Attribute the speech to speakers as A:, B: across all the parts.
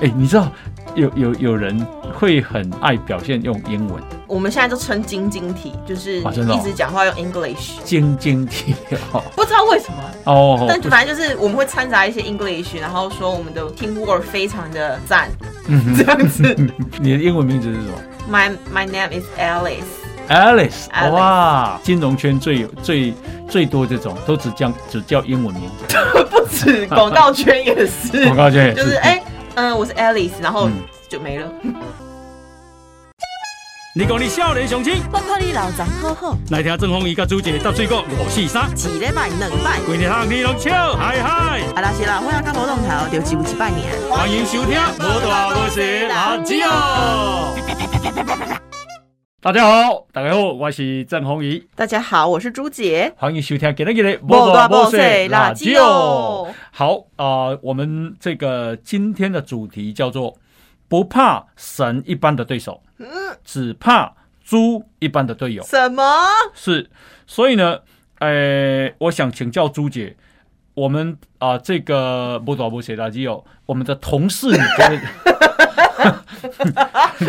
A: 哎、你知道有有有人会很爱表现用英文，
B: 我们现在都称晶晶体，就是
A: 啊真的哦
B: 一直讲话用 English，
A: 晶晶体哦
B: 不知道为什么，
A: 哦，
B: 但
A: 不
B: 反正就是我们会掺杂一些 English，然后说我们的 teamwork 非常的赞，
A: 嗯
B: 这
A: 哼
B: 样子。
A: 你的英文名字是什么
B: My my name is Alice，
A: ？Alice，,
B: Alice
A: 哇，金融圈最有最最多这种，都只叫只叫英文名字，
B: 不止广告圈也是
A: 广，告圈也
B: 就是
A: 是。
B: 哎，嗯、我是 Alice，然后
A: 嗯
B: 就没了。
C: 你讲你少年雄心，
D: 我看你老张好好，
C: 来听郑弘仪甲朱姐搭水果五四三，
D: 一礼拜两摆，
C: 规日通你拢笑嗨嗨。
D: 啊啦是啦，我要甲无动头，就只有一摆尔。
C: 欢迎收听《无大无小垃圾哦》。
A: 大家好，大家好，我是郑鸿仪，
B: 大家好，我是朱姐。
A: 欢迎收听今天的《
B: 无大无小垃圾哦
A: 好啊、呃我们这个今天的主题叫做“不怕神一般的对手，只怕猪一般的队友
B: 什么？”。
A: 是，所以呢，呃，我想请教朱姐，我们啊、这个不打不写垃圾哦，我们的同事，你觉得，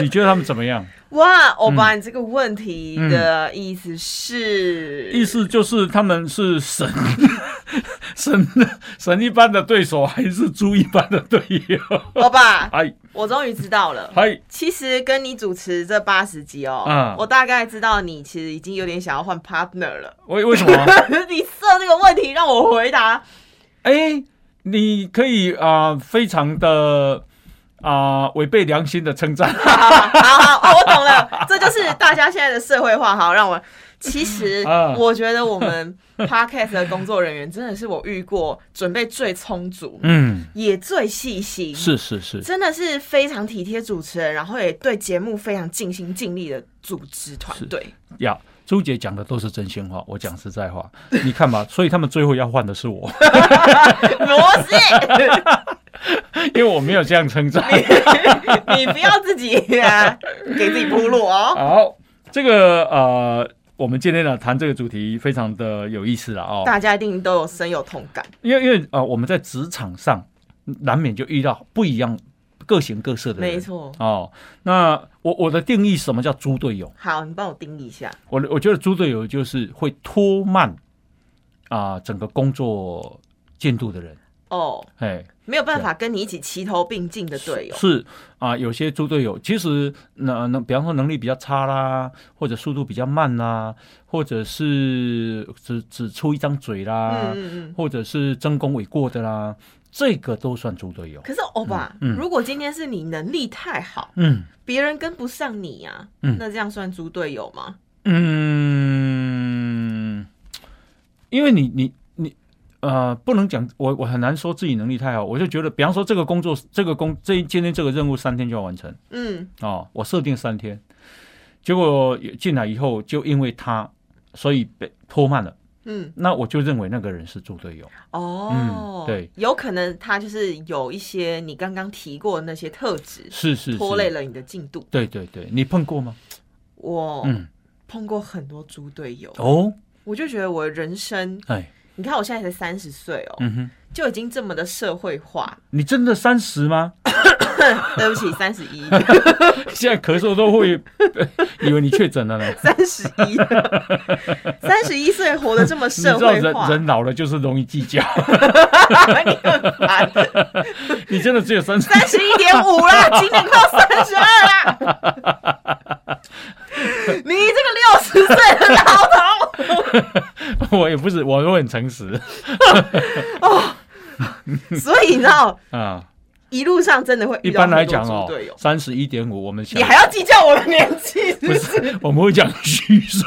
A: 你觉得他们怎么样？
B: 哇，欧巴，你这个问题
A: 嗯
B: 的意思是？
A: 意思就是他们是神 神神一般的对手，还是猪一般的队友？
B: 欧巴，
A: 哎
B: 我终于知道了。
A: 哎，
B: 其实跟你主持这八十集哦，
A: 嗯
B: 我大概知道你其实已经有点想要换 partner 了。
A: 为为什么？
B: 你设这个问题让我回答，
A: 哎，你可以啊、非常的啊、违背良心的称赞。
B: 好好好好，我懂了，这就是大家现在的社会化。好，让我。其实
A: 嗯，
B: 我觉得我们 podcast 的工作人员真的是我遇过准备最充足，
A: 嗯，
B: 也最细心，
A: 是是是，
B: 真的是非常体贴主持人，然后也对节目非常尽心尽力的组织团队。
A: 呀，朱姐讲的都是真心话，我讲实在话。你看吧，所以他们最后要换的是我，
B: 罗斯，
A: 因为我没有这样称赞。
B: 你 不要自己、啊、给自己铺路哦。
A: 好，这个呃，我们今天呢谈这个主题非常的有意思了哦。
B: 大家一定都有深有同感，
A: 因为因为啊、呃我们在职场上难免就遇到不一样、各形各色的人。
B: 没。错。
A: 哦，那我我的定义什么叫猪队友？
B: 好，你帮我定义一下。
A: 我我觉得猪队友就是会拖慢啊、整个工作进度的人。
B: 哦，
A: 哎，
B: 没有办法跟你一起齐头并进的队友。
A: 是啊、有些猪队友其实能能，比方说能力比较差啦，或者速度比较慢啦，或者是只只出一张嘴啦，
B: 嗯嗯嗯。
A: 或者是争功诿过的啦，这个都算猪队友。
B: 可是欧巴，
A: 嗯嗯
B: 如果今天是你能力太好，
A: 嗯。
B: 别人跟不上你呀、啊，
A: 嗯
B: 那这样算猪队友吗？
A: 嗯，因为你你你呃，不能讲我我很难说自己能力太好，我就觉得，比方说这个工作，这个工这今天这个任务三天就要完成
B: 嗯，
A: 哦，我设定三天，结果进来以后就因为他，所以被拖慢了，
B: 嗯，
A: 那我就认为那个人是猪队友。
B: 哦，
A: 嗯对，
B: 有可能他就是有一些你刚刚提过的那些特质，
A: 是是是，
B: 拖累了你的进度。
A: 对对对，你碰过吗？
B: 我
A: 嗯，
B: 碰过很多猪队友，
A: 哦，
B: 我就觉得我人生，
A: 哎，
B: 你看我现在才三十岁哦，
A: 嗯哼，
B: 就已经这么的社会化。
A: 你真的三十吗？
B: 对不起，三十一，
A: 现在咳嗽都会 以为你确诊了呢。
B: 三十一， 三十一岁活得这么
A: 你知
B: 社
A: 道
B: 会
A: 人
B: 化，
A: 人老了就是容易计较， 你真的只有三十。
B: 三十一点五啦，今年靠三十二啦。 你这个六十岁的老头，
A: 我也不是，我我很诚实
B: 所以你知道，
A: 啊。
B: 一路上真的会
A: 一
B: 遇到
A: 般来
B: 很多
A: 讲
B: 猪
A: 哦
B: 队友，。
A: 三十一点五，我们想
B: 你还要计较我的年纪是不
A: 不
B: 是
A: 是我们会讲虚岁。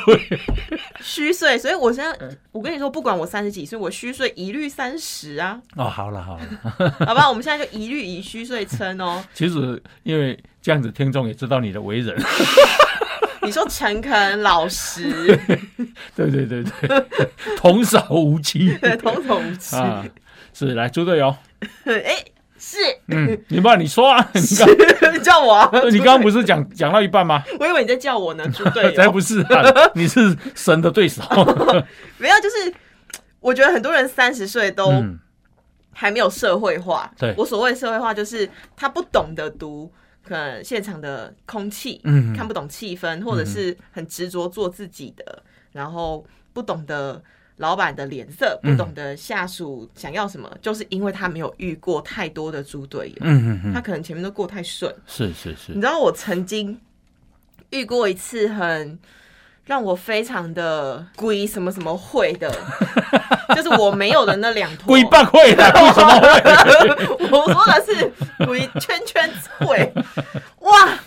B: 虚岁，所以我现在
A: 嗯
B: 我跟你说，不管我三十几岁，我虚岁一律三十啊，
A: 哦，好了好了，
B: 好吧？我们现在就一律以虚岁 称哦。
A: 其实因为这样子，听众也知道你的为人。
B: 你说诚恳、老实，
A: 对对对对，童叟无 欺
B: 对，童叟无欺。
A: 啊，是来猪队友，
B: 哎，是，
A: 嗯，你爸你说啊，你刚
B: 你叫我啊，
A: 你刚刚不是讲讲到一半吗？
B: 我以为你在叫我呢，猪 队
A: 才
B: 友。
A: 不是啊，你是
B: 哦
A: 神的对手。
B: 没有，就是我觉得很多人三十岁都
A: 嗯
B: 还没有社会化。
A: 对
B: 我所谓社会化，就是他不懂得读可能现场的空气，
A: 嗯
B: 看不懂气氛，或者是很执着做自己的，然后不懂得老板的脸色，不
A: 嗯
B: 懂得下属想要什么，就是因为他没有遇过太多的猪队友，
A: 嗯嗯
B: 他
A: 嗯，
B: 可能前面都过太顺。
A: 是是
B: 你
A: 是，
B: 知道我曾经遇过一次很让我非常的 归什么什么会 的，就是我没有的那两坨
A: 鬼半会的，为什 么会？
B: 我说的是鬼圈圈会，哇，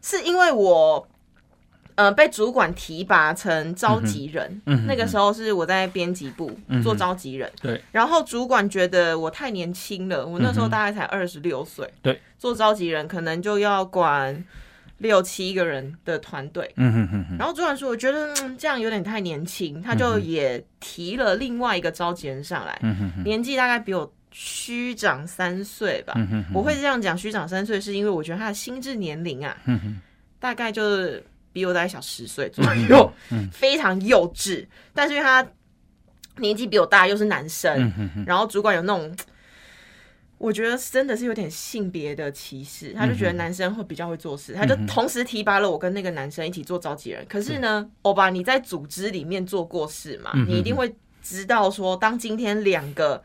B: 是因为我。呃，被主管提拔成召集人，
A: 嗯哼
B: 那个时候是我在编辑部、
A: 嗯哼
B: 做召集人，
A: 对。嗯
B: 然后主管觉得我太年轻了，我那时候大概才二十六岁，
A: 对。
B: 做召集人可能就要管六七个人的团队，
A: 嗯嗯哼哼哼，
B: 然后主管说我觉得、嗯、这样有点太年轻，他就也提了另外一个召集人上来，
A: 嗯哼哼，
B: 年纪大概比我虚长三岁吧。
A: 嗯哼哼，
B: 我会这样讲虚长三岁，是因为我觉得他的心智年龄啊，
A: 嗯哼，
B: 大概就是比我大概小十岁
A: 嗯
B: 左右，非常幼稚。但是因为他年纪比我大，又是男生，
A: 嗯哼哼，
B: 然后主管有那种。我觉得真的是有点性别的歧视，他就
A: 嗯
B: 觉得男生会比较会做事，他就同时提拔了我跟那个男生一起做召集人。可是呢，欧巴，你在组织里面做过事嘛？
A: 嗯哼
B: 你一定会知道说，当今天两个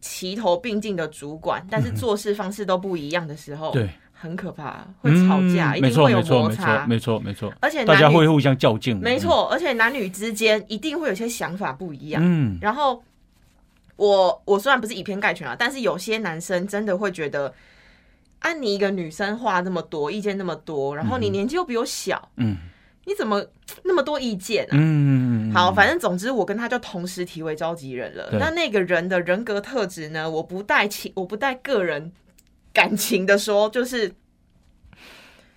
B: 齐头并进的主管，但是做事方式都不一样的时候，
A: 嗯对，
B: 很可怕，哎会吵架，
A: 嗯
B: 一
A: 没
B: 定
A: 错
B: 会有
A: 没错
B: 摩
A: 没
B: 擦
A: 错，没错没错，
B: 而且
A: 大家
B: 男
A: 会
B: 女
A: 互相较劲，
B: 没，错，而且男女之间一定会有些想法不一样。
A: 嗯
B: 然后我我虽然不是以偏概全啊，但是有些男生真的会觉得，按、你一个女生话那么多，意见那么多，然后你年纪又比我小，
A: 嗯
B: 你怎么那么多意见啊？
A: 嗯，
B: 好，反正总之我跟他就同时提为召集人了。
A: 对
B: 那那个人的人格特质呢？我不带情，我不带个人感情的说，就是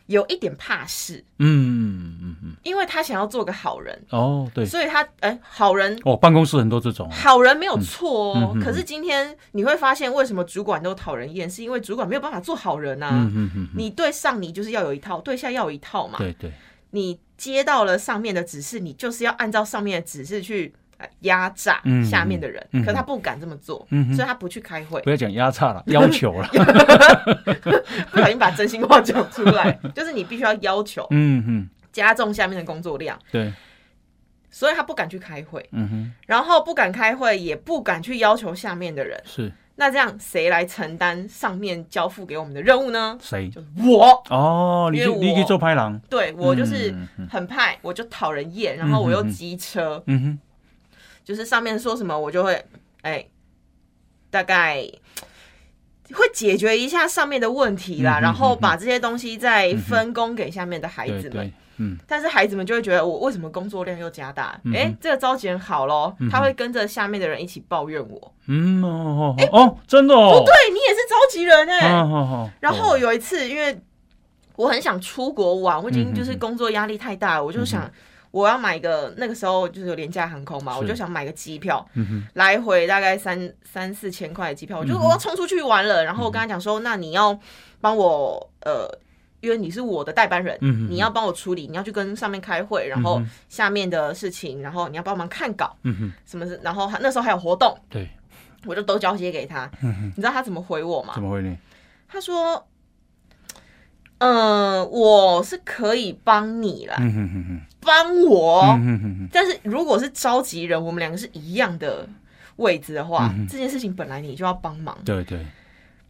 B: 有一点怕事，
A: 嗯嗯嗯，
B: 因为他想要做个好人，
A: 哦对，
B: 所以他哎、好人
A: 哦办公室很多这种，
B: 好人没有错哦，
A: 嗯嗯嗯
B: 可是今天你会发现，为什么主管都讨人厌，是因为主管没有办法做好人啊。
A: 嗯嗯嗯，
B: 你对上你就是要有一套，对下要有一套嘛。
A: 对对，
B: 你接到了上面的指示，你就是要按照上面的指示去呃压榨
A: 嗯
B: 下面的人，
A: 嗯嗯
B: 可他不敢这么做，
A: 嗯哼
B: 所以他不去开会
A: 不，要讲压榨了， 要求 了，
B: 不小心把真心话讲出 来，就是你必须要要求
A: 嗯嗯，
B: 加重下面的工作量，
A: 对，
B: 所以他不敢去开会，
A: 嗯哼
B: 然后不敢开会，也不敢去要求下面的人。
A: 是
B: 那这样谁来承担上面交付给我们的任务呢？
A: 谁？
B: 就是我，
A: 哦，你去你去做拍狼，
B: 对我就是
A: 嗯嗯
B: 很派，我就讨人厌，然后我又
A: 嗯嗯嗯
B: 机车，
A: 嗯哼，
B: 就是上面说什么我就会，哎、大概。会解决一下上面的问题啦，
A: 嗯嗯嗯
B: 然后把这些东西再分工给下面的孩
A: 对
B: 子们。
A: 对，嗯
B: 但是孩子们就会觉得我为什么工作量又加大？
A: 嗯嗯
B: 哎、这个召集人好咯，
A: 嗯嗯
B: 他会跟着下面的人一起抱怨我。
A: 嗯哦哦哦，真的哦，
B: 对你也是召集人哎、
A: 哦哦，
B: 然后有一次，因为我很想出国玩，我已经就
A: 嗯
B: 是
A: 哼嗯
B: 工作压力太大了，我就想我要买个那个时候就是有廉价航空嘛，
A: 是
B: 我就想买个机票，
A: 嗯哼
B: 来回大概三三四千块的机票，我就
A: 嗯哼
B: 我要冲出去玩了。然后我跟他讲说，那你要帮我呃，因为你是我的代班人，
A: 嗯哼
B: 你要帮我处理，你要去跟上面开会，然后
A: 嗯哼
B: 下面的事情，然后你要帮忙看稿
A: 嗯哼，
B: 什么，然后那时候还有活动，
A: 对，
B: 我就都交接给他。你知道他怎么回我吗
A: 怎？么会呢？
B: 他说：“嗯、我是可以帮你啦，
A: 嗯哼哼哼，
B: 帮我。
A: 嗯哼哼哼。
B: 但是如果是召集人，我们两个是一样的位置的话，
A: 嗯哼
B: 这件事情本来你就要帮忙，
A: 对对，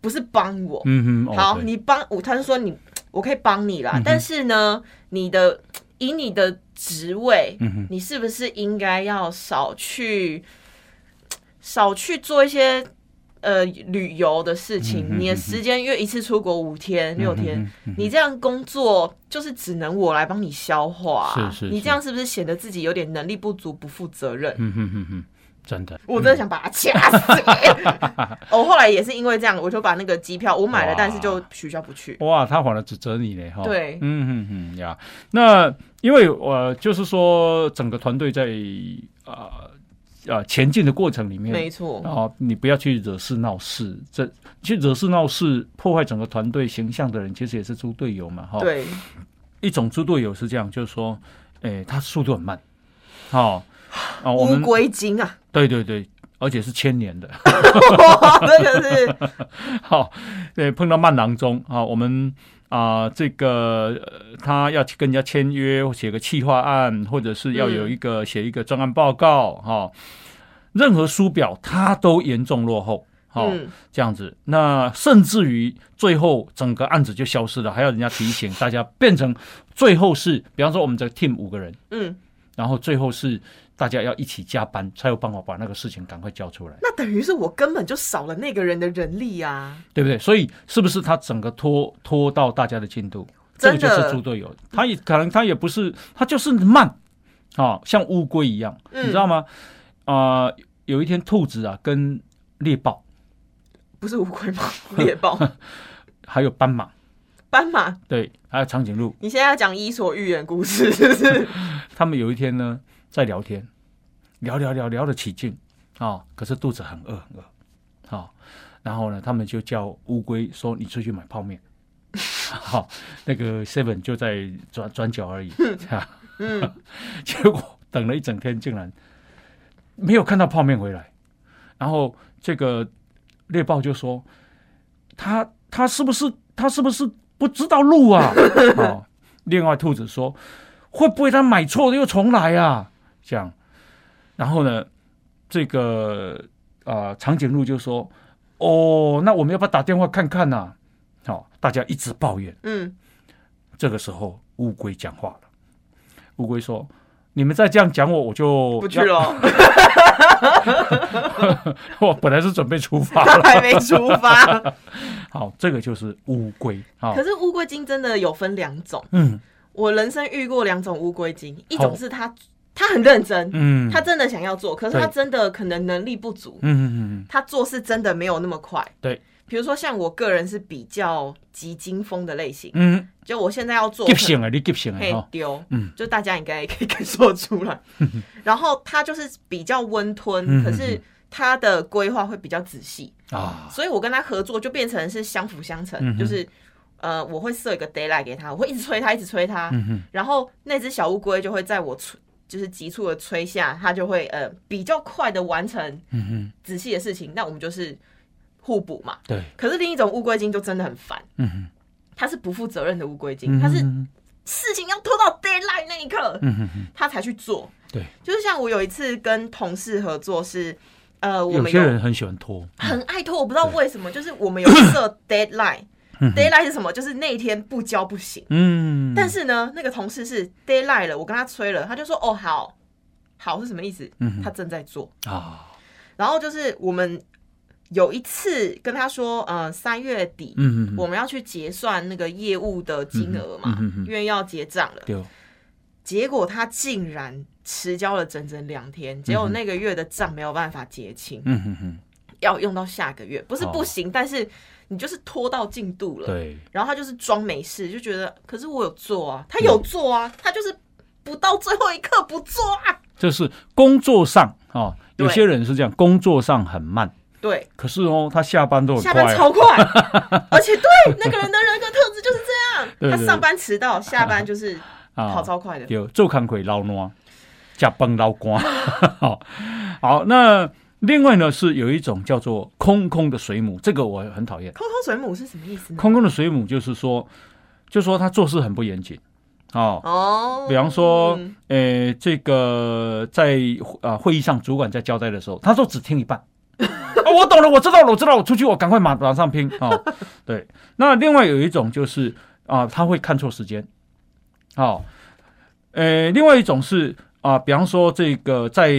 B: 不是帮我。
A: 嗯哼，
B: 好，
A: 哦嗯
B: 你帮我，他就说你，我可以帮你啦。但是呢，你的以你的职位，
A: 嗯哼
B: 你是不是应该要少去少去做一些呃旅游的事情？
A: 嗯哼
B: 你的时间约一次出国五天六天，
A: 嗯哼
B: 你这样工作就是只能我来帮你消化啊、
A: 是是
B: 你
A: 是
B: 这样是不是显得自己有点能力不足、不负责任？
A: 嗯哼哼哼，真的，
B: 我真的想把他掐死！ 我后来也是因为这样，我就把那个机票我买了，
A: 哇
B: 但是就取消不去。
A: 哇，他反而指责你嘞哈。
B: 对
A: 嗯哼哼呀，那因为我、呃就是说整个团队在啊啊、呃前进的过程里面，
B: 没错，
A: 然后你不要去惹事闹事，这去惹事闹事破坏整个团队形象的人，其实也是猪队友嘛，哈。，
B: 对，
A: 一种猪队友是这样，就是说，诶，他速度很慢，好、哦，啊、我
B: 乌
A: 们
B: 龟精啊，
A: 对对对，而且是千年的。
B: 这个是嗯
A: 好，对，碰到慢郎中啊，我们啊、这个、呃他要去跟人家签约，或写个企划案，或者是要有一个、写一个专案报告哈、任何书表他都严重落后。好、
B: 嗯
A: 这样子，那甚至于最后整个案子就消失了，还要人家提醒大家，变成最后是，比方说我们这个 team 五个人，
B: 嗯，
A: 然后最后是大家要一起加班，才有办法把那个事情赶快交出来。
B: 那等于是我根本就少了那个人的人力啊。
A: 对不对？所以是不是他整个拖拖到大家的进度？这
B: 真
A: 个
B: 的
A: 就是猪队友，他也可能他也不是，他就是慢啊、像乌龟一样，
B: 嗯
A: 你知道吗？啊、有一天兔子啊跟猎豹
B: 不是乌龟吗？ 猎豹、
A: 还有斑马，
B: 斑马，
A: 对，还有长颈鹿，
B: 你现在要讲伊索寓言故事是不是？
A: 他们有一天呢在聊天，聊聊聊聊得起劲啊、可是肚子很饿很饿啊、然后呢他们就叫乌龟说你出去买泡面，好、那个 seven 就在转转角而已，这样
B: 嗯，
A: 结果等了一整天，竟然没有看到泡面回来。然后这个猎豹就说：“他他是不是他是不是不知道路啊？”哦，另外兔子说：“会不会他买错了又重来啊？”这样，然后呢，这个啊、呃长颈鹿就说：“哦，那我们要不要打电话看看呐、好、大家一直抱怨。
B: 嗯，
A: 这个时候，乌龟讲话了。乌龟说：“你们再这样讲我，我就
B: 不去了，
A: 我本来是准备出 发
B: 他
A: 了。
B: 还没出发。
A: 好，这个就是乌龟啊
B: 可。是乌龟精真的有分两种，
A: 嗯
B: 我人生遇过两种乌龟精，一
A: 好
B: 种是他他很认真，
A: 嗯，
B: 他真的想要做，可是他
A: 对
B: 真的可能能力不足，
A: 嗯嗯嗯
B: 他做事真的没有那么快。
A: 对，
B: 比如说像我个人是比较急惊风的类型，
A: 嗯，
B: 就我现在要做
A: 急性啊，你急性啊
B: 可以
A: 哈。
B: 丢，
A: 嗯
B: 就大家应该也可以感受 出来。然后他就是比较温吞，
A: 嗯
B: 可是他的规划会比较仔细，
A: 啊，
B: 所以我跟他合作就变成是相辅相成，
A: 嗯哼
B: 就是呃，我会设一个 d a y l i g h t 给他，我会一直催他，一直催他，
A: 嗯哼，
B: 然后那只小乌龟就会在我催，就是急促的催下，它就会呃比较快的完成
A: 嗯哼，
B: 仔细的事情，那我们就是互补嘛。
A: 对，
B: 可是另一种乌龟精就真的很烦，
A: 嗯哼，
B: 它是不负责任的乌龟
A: 嗯
B: 精，它
A: 哼
B: 是事情要拖到 d a y l i g h t 那一刻，
A: 嗯哼哼，
B: 他才去做。
A: 对，
B: 就是像我有一次跟同事合作是，呃，我
A: 有
B: 们
A: 些
B: 有
A: 人很喜欢拖，
B: 很爱拖，我不知道为什么，就是我们有 设 deadline。
A: 嗯
B: deadline 是什么？就是那一天不交不行。
A: 嗯，
B: 但是呢，那个同事是 deadline 了，我跟他催了，他就说：“哦，好，好是什么意思？
A: 嗯
B: 他
A: 哼
B: 正在做。
A: 啊，”
B: 然后就是我们有一次跟他说：“呃，三月底、
A: 嗯哼，
B: 我们要去结算那个业务的金额嘛，
A: 嗯哼嗯哼
B: 因为要结账了。”
A: 对，哦
B: 结果他竟然迟交了整整两天，结果那个月的账没有办法结清，
A: 嗯哼哼，
B: 要用到下个月，不是不行，但是你就是拖到进度了。
A: 哦对，
B: 然后他就是装没事，就觉得可是我有做啊，他有做啊，他就是不到最后一刻不做啊。
A: 这是工作上啊，有
B: 对
A: 些人是这样，工作上很慢，
B: 对，
A: 可是哦，他下班都很
B: 下
A: 快
B: 班
A: 哦，
B: 超快， 而且对那个人的人格特质就是这样，
A: 对对
B: 他
A: 对
B: 上班迟到，下班就是
A: 啊
B: 跑超快的。
A: 对，做工可以捞烂，食饭捞干。 好，好，那另外呢是有一种叫做空空的水母，这个我很讨厌。
B: 空空水母是什么意思呢？
A: 空空的水母就是说，就说他做事很不严谨。哦，
B: 哦，
A: 比方说
B: 嗯，
A: 呃，这个在啊、会议上，主管在交代的时候，他都只听一半。 啊，我懂了，我知道了，我知道了，我出去，我赶快马马上拼啊、哦！对，那另外有一种就是啊、他会看错时间，哦，呃，另外一种是啊、比方说这个在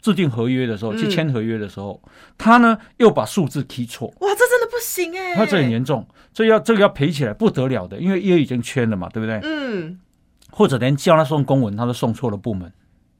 A: 制定合约的时候，去
B: 嗯
A: 签合约的时候，他呢又把数字 key 错，
B: 哇，这真的不行哎、
A: 他这很严重，这要这个要赔起来不得了的，因为约已经签了嘛，对不对？
B: 嗯。
A: 或者连叫他送公文，他都送错了部门，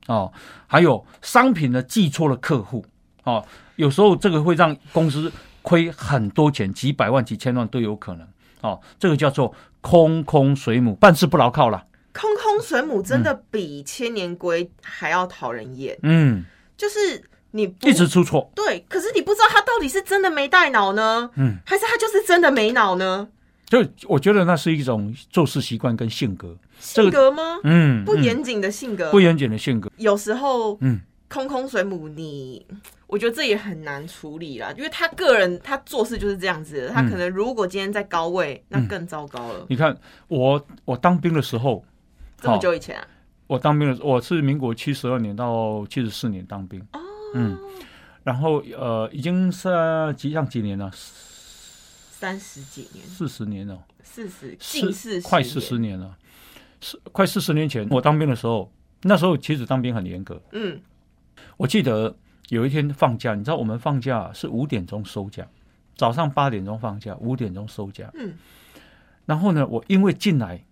A: 哦，还有商品呢寄错了客户，哦，有时候这个会让公司亏很多钱，几百万、几千万都有可能，哦，这个叫做空空水母，办事不牢靠啦。
B: 空空水母真的比千年龟还要讨人厌，
A: 嗯，
B: 就是你不
A: 一直出错，
B: 对，可是你不知道他到底是真的没带脑呢，
A: 嗯，
B: 还是他就是真的没脑呢？
A: 就我觉得那是一种做事习惯跟性格，这个
B: 性格吗？
A: 嗯，
B: 不
A: 嗯
B: 严谨的性格，
A: 不严谨的性格，
B: 有时候
A: 嗯
B: 空空水母你，我觉得这也很难处理啦，因为他个人他做事就是这样子的，他可能如果今天在高位，那
A: 嗯
B: 更糟糕了。
A: 你看我我当兵的时候，哦
B: 这么久以前啊，
A: 我当兵的时候我是民国七十二年到七十四年当兵，
B: 哦，
A: 嗯然后呃已经是几上几年了，
B: 三十几年，
A: 四十年了，
B: 四十
A: 四
B: 近四十，
A: 快四十，年了，是快四十年前我当兵的时候，那时候其实当兵很严格，
B: 嗯，
A: 我记得有一天放假，你知道我们放假是五点钟收假，早上八点钟放假，五点钟收假。
B: 嗯。
A: 然后呢，我因为进来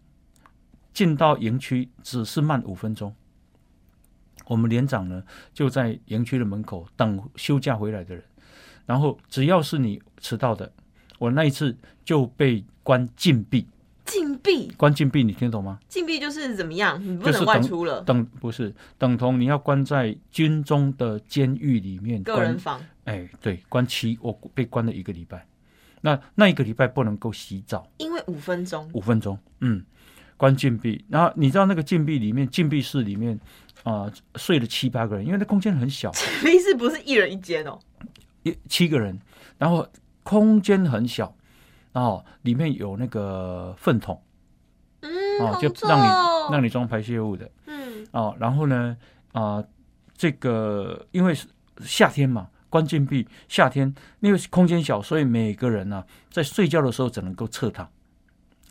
A: 进到营区只是慢五分钟，我们连长呢就在营区的门口等休假回来的人，然后只要是你迟到的，我那一次就被关禁闭。
B: 禁闭，
A: 关禁闭，你听懂吗？
B: 禁闭就是怎么样，你不
A: 就是等
B: 能外出了，
A: 等不是等同你要关在军中的监狱里面，
B: 个
A: 关
B: 人房，
A: 哎，对，关七，我被关了一个礼拜。那那一个礼拜不能够洗澡
B: 因为五分钟，
A: 五分钟，嗯，关禁闭。然后你知道那个禁闭里面，禁闭室里面啊、呃睡了七八个人，因为那空间很小，
B: 禁闭室不是一人一间哦，
A: 一七个人，然后空间很小，然后里面有那个粪桶
B: 嗯，
A: 啊、
B: 好
A: 就
B: 臭
A: 让
B: 哦
A: 你让你装排泄物的
B: 嗯
A: 啊、然后呢，啊、这个因为是夏天嘛，关禁闭，夏天因为空间小，所以每个人呢、在睡觉的时候只能够侧躺，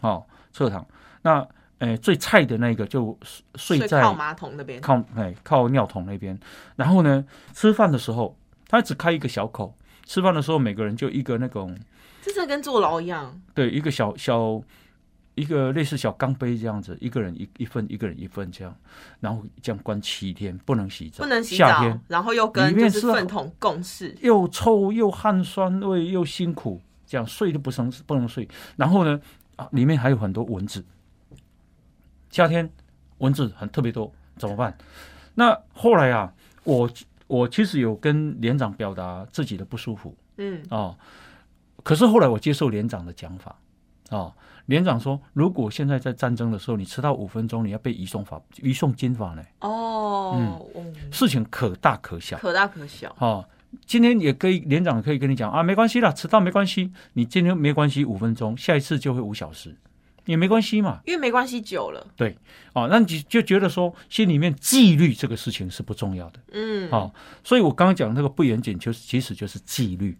A: 哦，侧躺。那呃，最菜的那个就睡
B: 睡
A: 在
B: 靠马桶那边，
A: 靠哎靠尿桶那边。然后呢，吃饭的时候他只开一个小口，吃饭的时候每个人就一个那种
B: 这真的跟坐牢一样，
A: 对一个小小。一个类似小钢杯这样子，一个人一一份，一个人一份这样，然后这样关七天，不能洗澡，
B: 不能洗
A: 夏天
B: 澡，然后又跟
A: 里面啊
B: 就是是粪桶共事，
A: 又臭又汗酸味又辛苦，这样睡都不能不能睡。然后呢，啊，里面还有很多蚊子，夏天蚊子很特别多，怎么办？那后来啊，我我其实有跟连长表达自己的不舒服，
B: 嗯，
A: 哦，可是后来我接受连长的讲法，哦，连长说，如果现在在战争的时候，你迟到五分钟，你要被移送法移送军法呢，
B: 哦，
A: 嗯
B: 哦
A: 事情可大可小。
B: 可大可小，
A: 哦，今天也可以，连长可以跟你讲啊，没关系啦，迟到没关系，你今天没关系，五分钟，下一次就会五小时，也没关系嘛。
B: 因为没关系久了，
A: 哦，那你就觉得说心里面纪律这个事情是不重要的。
B: 嗯，
A: 哦，所以我刚刚讲那个不严谨，就是其实就是纪律。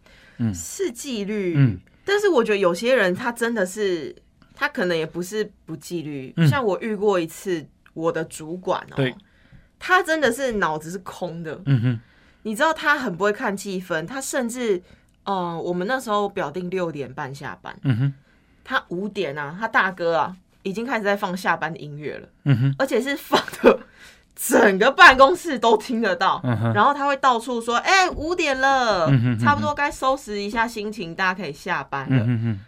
B: 是纪律，
A: 嗯，
B: 但是我觉得有些人他真的是，他可能也不是不纪律，
A: 嗯
B: 像我遇过一次我的主管哦、
A: 对
B: 他真的是脑子是空的，
A: 嗯哼，
B: 你知道他很不会看气氛，他甚至，呃，我们那时候表定六点半下班，
A: 嗯哼，
B: 他五点啊，他大哥啊已经开始在放下班的音乐了，
A: 嗯哼，
B: 而且是放的整个办公室都听得到，
A: 嗯哼，
B: 然后他会到处说，哎、五点了，
A: 嗯哼
B: 差不多该收拾一下心情，大家可以下班了。
A: 嗯哼哼，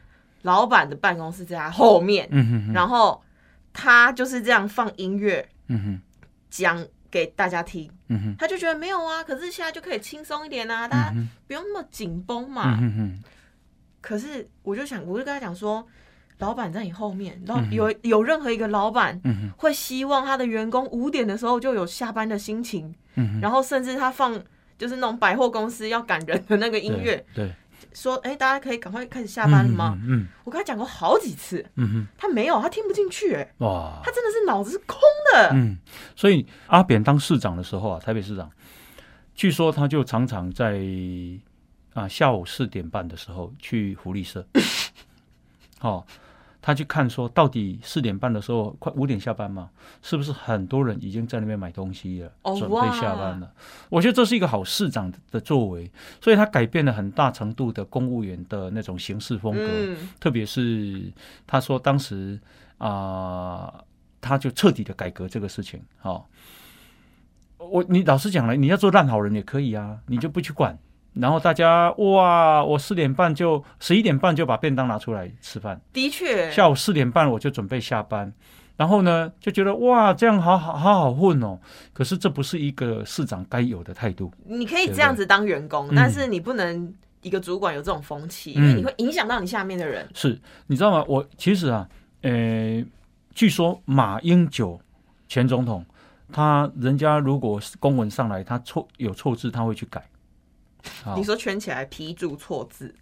B: 老板的办公室在他后面，
A: 嗯哼哼，
B: 然后他就是这样放音乐
A: 嗯哼，
B: 讲给大家听，
A: 嗯哼，
B: 他就觉得没有啊，可是现在就可以轻松一点啊，大家不用那么紧绷嘛。
A: 嗯嗯哼哼，
B: 可是我就想，我就跟他讲说，老板在你后面，然后有有任何一个老板
A: 嗯哼，
B: 会希望他的员工五点的时候就有下班的心情，
A: 嗯哼，
B: 然后甚至他放。就是那种百货公司要赶人的那个音乐，
A: 对，
B: 说哎、大家可以赶快开始下班了吗？
A: 嗯
B: 我跟他讲过好几次，
A: 嗯
B: 他没有，他听不进去、哎，
A: 哼，哇
B: 他，真的是脑子是空的。
A: 嗯，所以阿扁当市长的时候啊，台北市长，据说他就常常在啊下午四点半的时候去福利 社，哦，他去看说到底四点半的时候快五点下班嘛，是不是很多人已经在那边买东西了，
B: 哦
A: 准
B: 哇
A: 备下班了？我觉得这是一个好市长的的作为，所以他改变了很大程度的公务员的那种行事风格。
B: 嗯，
A: 特别是他说当时啊、他就彻底的改革这个事情。哦，我你老实讲了，你要做烂好人也可以啊，你就不去管。然后大家哇，我四点半就十一点半就把便当拿出来吃饭，
B: 的确，
A: 下午四点半我就准备下班。然后呢，就觉得哇，这样好好好好混哦。可是这不是一个市长该有的态度。
B: 你可以这样子当员工，
A: 对
B: 但是你不能一个主管有这种风气，因为
A: 嗯
B: 你会影响到你下面的人。
A: 是，你知道吗？我其实啊，呃，据说马英九前总统，他人家如果是公文上来，他错有错字，他会去改。好
B: 你，说圈起来批注错字，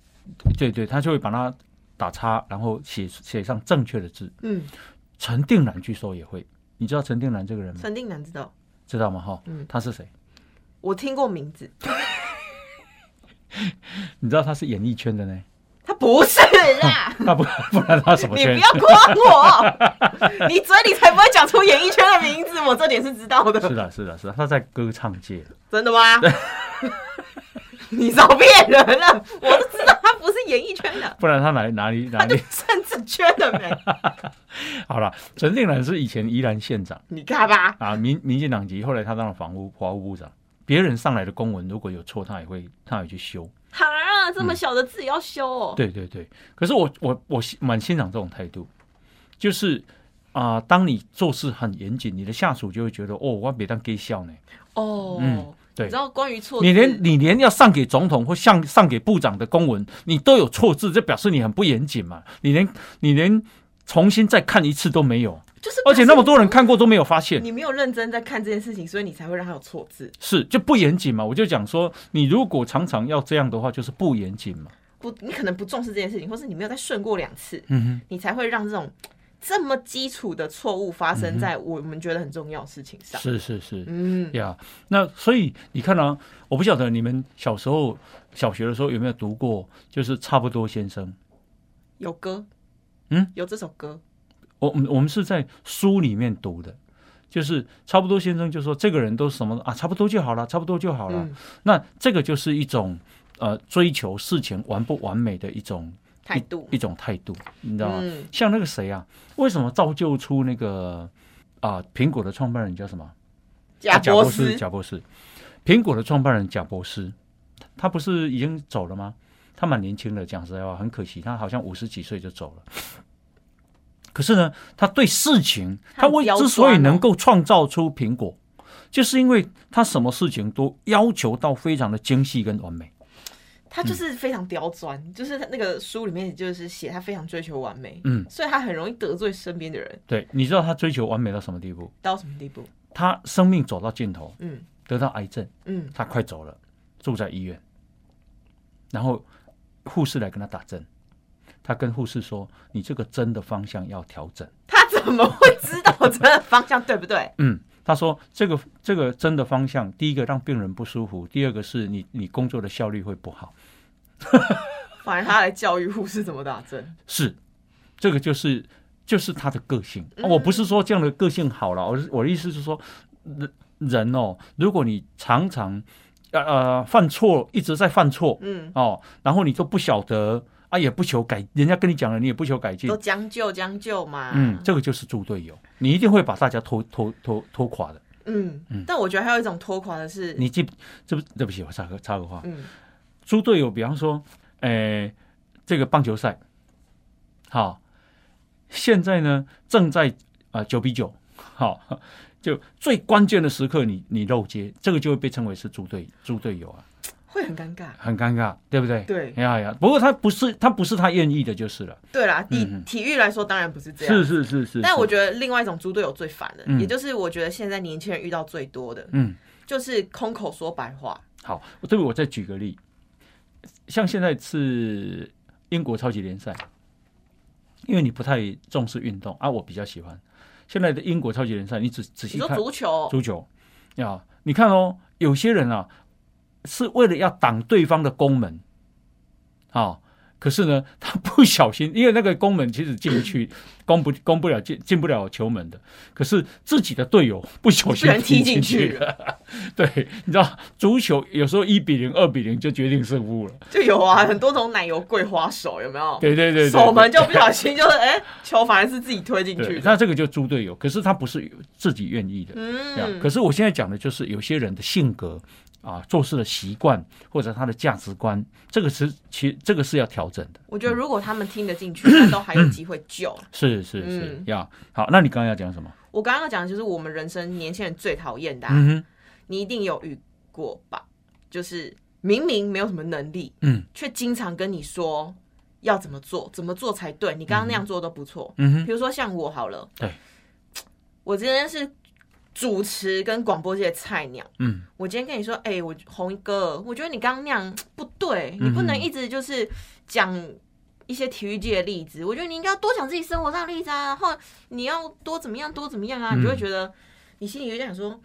A: 对对，他就会把它打叉，然后写写上正确的字。
B: 嗯，
A: 陈定南据说也会，你知道陈定南这个人吗？
B: 陈定南知道，
A: 知道吗？哈，
B: 嗯
A: 他是谁？
B: 我听过名字，
A: 你知道他是演艺圈的呢？啊
B: 他不是 啦，
A: 那不不然他什么
B: 你
A: 圈
B: 不？要诓我， 你嘴里才不会讲出演艺圈的名字，我这点是知道的，
A: 是的，是的，是的，他在歌唱界。
B: 真的吗？ 你少骗人了，我都知道他不是演艺圈的，
A: 不然他哪哪里哪
B: 他就
A: 里
B: 是？政治圈的 没，
A: 好了，陈定南是以前宜兰县长
B: 你看吧，
A: 啊，民民进党籍，后来他当了房屋法务部长。别人上来的公文如果有错，他也会他也去修。
B: 啊，这么小的字也要修哦，
A: 嗯对对对，可是我我我欣蛮欣赏这种态度，就是啊、当你做事很严谨，你的下属就会觉得哦，我别当给笑呢。
B: 哦，
A: 嗯对
B: 你知道关于错字，
A: 你连你连要上给总统或上上给部长的公文，你都有错字，这表示你很不严谨嘛。你连你连重新再看一次都没有，
B: 就是，
A: 而且那么多人看过都没有发现。
B: 你没有认真在看这件事情，所以你才会让他有错字。
A: 是就不严谨嘛。我就讲说，你如果常常要这样的话，就是不严谨嘛。
B: 不，你可能不重视这件事情，或是你没有再顺过两次，
A: 嗯
B: 你才会让这种这么基础的错误发生在我们觉得很重要的事情
A: 嗯
B: 上。
A: 是是是，
B: 嗯，
A: 呀、那所以你看啊，我不晓得你们小时候小学的时候有没有读过，就是差不多先生。
B: 有歌，
A: 嗯，
B: 有这首歌，
A: 我我们我们是在书里面读的，就是差不多先生就说这个人都是什么啊，差不多就好了，差不多就好了。
B: 嗯，
A: 那这个就是一种呃追求事情完不完美的一种
B: 态度，
A: 一种态度，你知道吗？
B: 嗯，
A: 像那个谁啊，为什么造就出那个啊、苹果的创办人叫什么？
B: 贾
A: 啊贾
B: 博
A: 斯。
B: 士，
A: 贾博士，苹果的创办人贾博士，他不是已经走了吗？他蛮年轻的，讲实在话，很可惜，他好像五十几岁就走了。可是呢，他对事情，
B: 他
A: 他
B: 很
A: 为
B: 刁钻哦
A: 之所以能够创造出苹果，就是因为他什么事情都要求到非常的精细跟完美。
B: 他
A: 嗯
B: 就是非常刁钻，就是他那个书里面就是写他非常追求完美，
A: 嗯，
B: 所以他很容易得罪身边的人，
A: 对，你知道他追求完美到什么地步？
B: 到什么地步？
A: 他生命走到尽头，
B: 嗯
A: 得到癌症，
B: 嗯，
A: 他快走了，住在医院，然后护士来跟他打针，他跟护士说：“你这个针的方向要调整。
B: 他怎么会知道这个方向对不对”？
A: 嗯，他说：“这个这个针的方向，第一个让病人不舒服，第二个是你你工作的效率会不好。
B: 反而他来教育护士怎么打针，”
A: 是，这个就是就是他的个性。哦
B: 嗯
A: 我不是说这样的个性好了，我是我的意思是说，人人哦，如果你常常呃呃犯错，一直在犯错，
B: 嗯，
A: 哦，然后你都不晓得啊，也不求改，人家跟你讲了，你也不求改进
B: 都，将就将就嘛。
A: 嗯，这个就是猪队友，你一定会把大家拖拖拖拖垮的。
B: 嗯但我觉得还有一种拖垮的是，
A: 你记这不对不起，我插个插个话，
B: 嗯，
A: 猪队友，比方说，诶、这个棒球赛，好、现在呢正在啊九、比九，好、就最关键的时刻你你漏接，这个就会被称为是猪队猪队友啊，
B: 会很尴尬。
A: 很尴尬，对不对？
B: 对
A: 呀呀，不过他不是他不是他愿意的，就是了。
B: 对啦，体、
A: 嗯嗯
B: 体育来说当然不是这样，
A: 是是是是，
B: 但我
A: 是
B: 觉得另外一种猪队友最烦的，
A: 嗯
B: 也就是我觉得现在年轻人遇到最多的，
A: 嗯。
B: 就是空口说白话。
A: 好，对我再举个例，像现在是英国超级联赛，因为你不太重视运动啊，我比较喜欢现在的英国超级联赛，你仔仔
B: 你
A: 细
B: 说
A: 看
B: 足球，
A: 足球啊，你看哦，有些人啊是为了要挡对方的攻门啊。可是呢，他不小心，因为那个攻门其实进不去，攻不攻不了进进不了球门的。可是自己的队友不小
B: 不
A: 心
B: 然踢
A: 进
B: 进去
A: 了，对，你知道足球有时候一比零、二比零就决定胜负了。
B: 就有啊，很多种奶油桂花手，有没有？
A: 对对对对，
B: 手哦门就不小心就是，哎、球反而是自己推进
A: 对
B: 去
A: 对，
B: 的。
A: 那这个就猪队友，可是他不是自己愿意的。这样
B: 嗯，
A: 可是我现在讲的就是有些人的性格啊、做事的习惯或者他的价值观，这个是其这个是要调整的。
B: 我觉得如果他们听得 进去，那都还有机会救。
A: 是是是
B: 嗯，
A: 要、好。那你刚刚要讲什么？
B: 我刚刚讲的就是我们人生年轻人最讨厌的啊、
A: 嗯哼，
B: 你一定有遇过吧？就是明明没有什么能力，
A: 嗯，
B: 却经常跟你说要怎么做，怎么做才对。
A: 嗯
B: 你刚刚那样做都不错。
A: 嗯哼，
B: 比如说像我好了，
A: 对，
B: 我今天是主持跟广播界的菜鸟，
A: 嗯，
B: 我今天跟你说，哎、我红一哥，我觉得你刚刚那样不
A: 嗯
B: 对，你不能一直就是讲一些体育界的例子，我觉得你应该要多讲自己生活上的例子啊，然后你要多怎么样多怎么样
A: 嗯
B: 啊，你就会觉得你心里有点想说，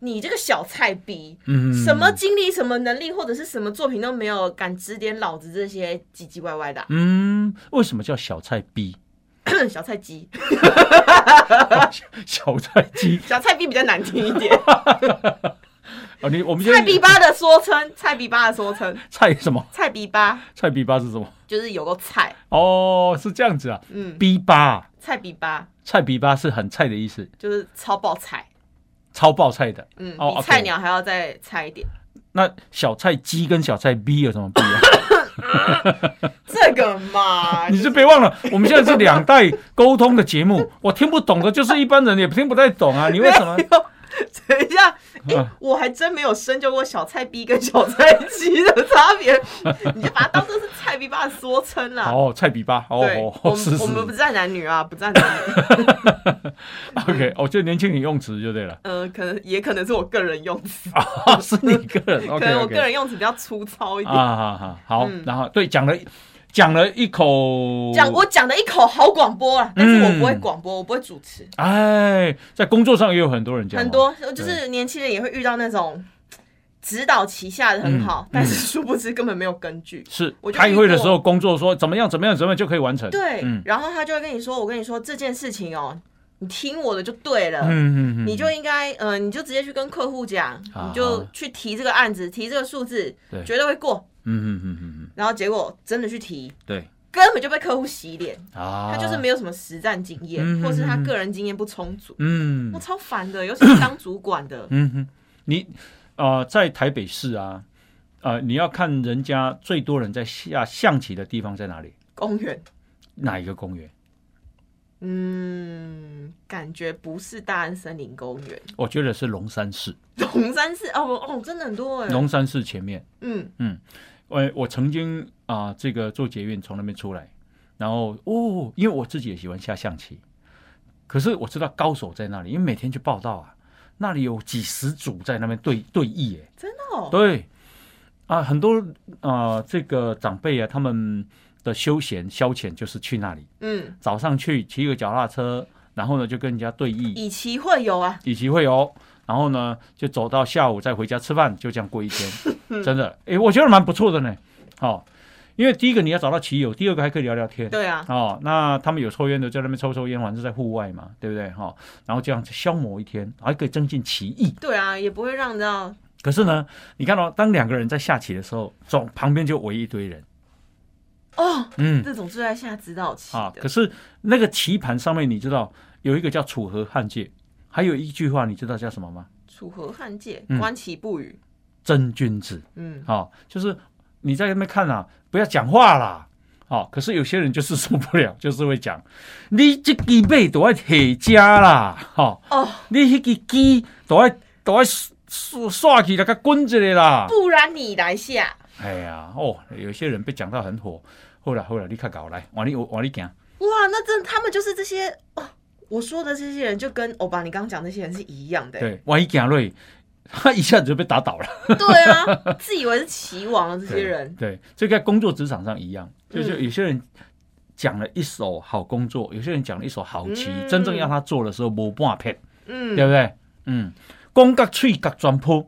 B: 你这个小菜逼，
A: 嗯，
B: 什么经历、什么能力或者是什么作品都没有，敢指点老子这些唧唧歪歪的啊、啊
A: 嗯，为什么叫小菜逼？
B: 小菜鸡，啊
A: 小菜鸡
B: 小菜逼比较难听一点，
A: 啊！你 我们现在
B: 菜逼吧的缩称，菜逼吧的缩称，
A: 菜什么？
B: 菜逼吧
A: 菜逼吧是什么？
B: 就是有个菜，
A: 哦，是这样子啊，
B: 嗯，
A: 逼吧，
B: 菜逼吧
A: 菜逼吧是很菜的意思，
B: 就是超爆菜，
A: 超爆菜的。
B: 嗯，
A: 哦
B: 比
A: ，OK
B: 菜鸟还要再菜一点。
A: 那小菜鸡跟小菜逼有什么不一 样？
B: 这个嘛，
A: 你是别忘了，我们现在是两代沟通的节目，我听不懂的，就是一般人也听不太懂 啊。你为什么？
B: 等一下，哎、
A: 啊
B: 我还真没有深究过小菜逼跟小菜鸡的差 别，你就把它当做是菜逼吧的缩称啦。
A: 哦，菜比吧，哦
B: 对，
A: 哦，
B: 我
A: 哦
B: 们
A: 是是
B: 我们不站男女啊，不站男 女。
A: ，OK，哦，就年轻人用词就对 了，
B: 嗯，可能也可能是我个人用词，
A: 啊，是你个人
B: 可
A: ，OK
B: 能我
A: OK，
B: 个人用词比较粗糙一点。
A: 啊，好好好
B: 嗯，
A: 然后对讲了讲了一口，
B: 讲我讲的一口好广播啊，但是我不会广播，我不会主持。
A: 哎，在工作上也有很多人这样，
B: 很多就是年轻人也会遇到那种指导旗下的很
A: 嗯
B: 好，但是殊不知根本没有根据。
A: 是
B: 我就
A: 开
B: 遇
A: 会的
B: 过
A: 时候工作说怎么样怎么样怎么样就可以完成，
B: 对，
A: 嗯
B: 然后他就会跟你说：“我跟你说这件事情哦，你听我的就对了。
A: 嗯嗯嗯，
B: 呃你就应该，呃，你就直接去跟客户讲，
A: 啊
B: 你就去提这个案子，提这个数字
A: 对，
B: 绝对会过。
A: 嗯嗯嗯嗯
B: 然后结果真的去提，
A: 嗯，对
B: 根本就被客户洗脸，
A: 啊，
B: 他就是没有什么实战经验，
A: 嗯
B: 或是他个人经验不充足，
A: 嗯，
B: 我超烦的，尤其是当主管的
A: 嗯哼，你啊、呃在台北市啊，呃，你要看人家最多人在下象棋的地方在哪里？
B: 公园，
A: 哪一个公园？
B: 嗯，感觉不是大安森林公园，
A: 我觉得是龙山寺，
B: 龙山寺哦哦，真的很多哎，
A: 龙山寺前面。
B: 嗯，
A: 我我曾经啊、这个坐捷运从那边出来，然后哦，因为我自己也喜欢下象棋，可是我知道高手在那里，因为每天去报道啊，那里有几十组在那边对对弈，哎，
B: 真的哦，
A: 对啊，很多啊、这个长辈啊，他们的休闲消遣就是去那里。
B: 嗯，
A: 早上去骑个脚踏车，然后呢就跟人家对弈，
B: 以棋会友啊，
A: 以及会哦，然后呢就走到下午再回家吃饭，就这样过一
B: 嗯
A: 天，真的，诶，我觉得蛮不错的呢。好、因为第一个你要找到棋友，第二个还可以聊聊天。
B: 对啊，
A: 哦，那他们有抽烟的，在那边抽抽烟，反正在户外嘛，对不对？哈、然后这样消磨一天，还可以增进棋艺。
B: 对啊，也不会让到
A: 可是呢，你看到、当两个人在下棋的时候，总旁边就围一堆人，
B: 哦，
A: 嗯，
B: 这种最爱下指导棋
A: 啊，可
B: 的，
A: 是那个棋盘上面，你知道有一个叫楚河汉界，还有一句话你知道叫什么吗？
B: 楚河汉界
A: 嗯，
B: 观棋不语，
A: 真君子
B: 嗯，
A: 啊，就是你在那边看啊，不要讲话啦。啊，可是有些人就是受不了， 就是会讲，你这鸡背都在铁家啦，哈、
B: 哦，
A: 你那个鸡都在都在刷刷起来，给它滚起来啦。
B: 不然你来下，
A: 哎呀，哦，有些人被讲到很火，后来后来你看搞来，往你往你讲，
B: 哇，那真他们就是这些哦。我说的这些人就跟欧巴你刚刚讲那些人是一样的、欸
A: 对，往一讲瑞， 他一下子就被打倒了。
B: 对啊，自以为是棋王的这些人，
A: 对，这个在工作职场上一样，就
B: 嗯
A: 是有些人讲了一手好工作，有些人讲了一手好棋，
B: 嗯
A: 真正要他做的时候无半撇，
B: 嗯
A: 对，不对？嗯，讲到嘴角全破，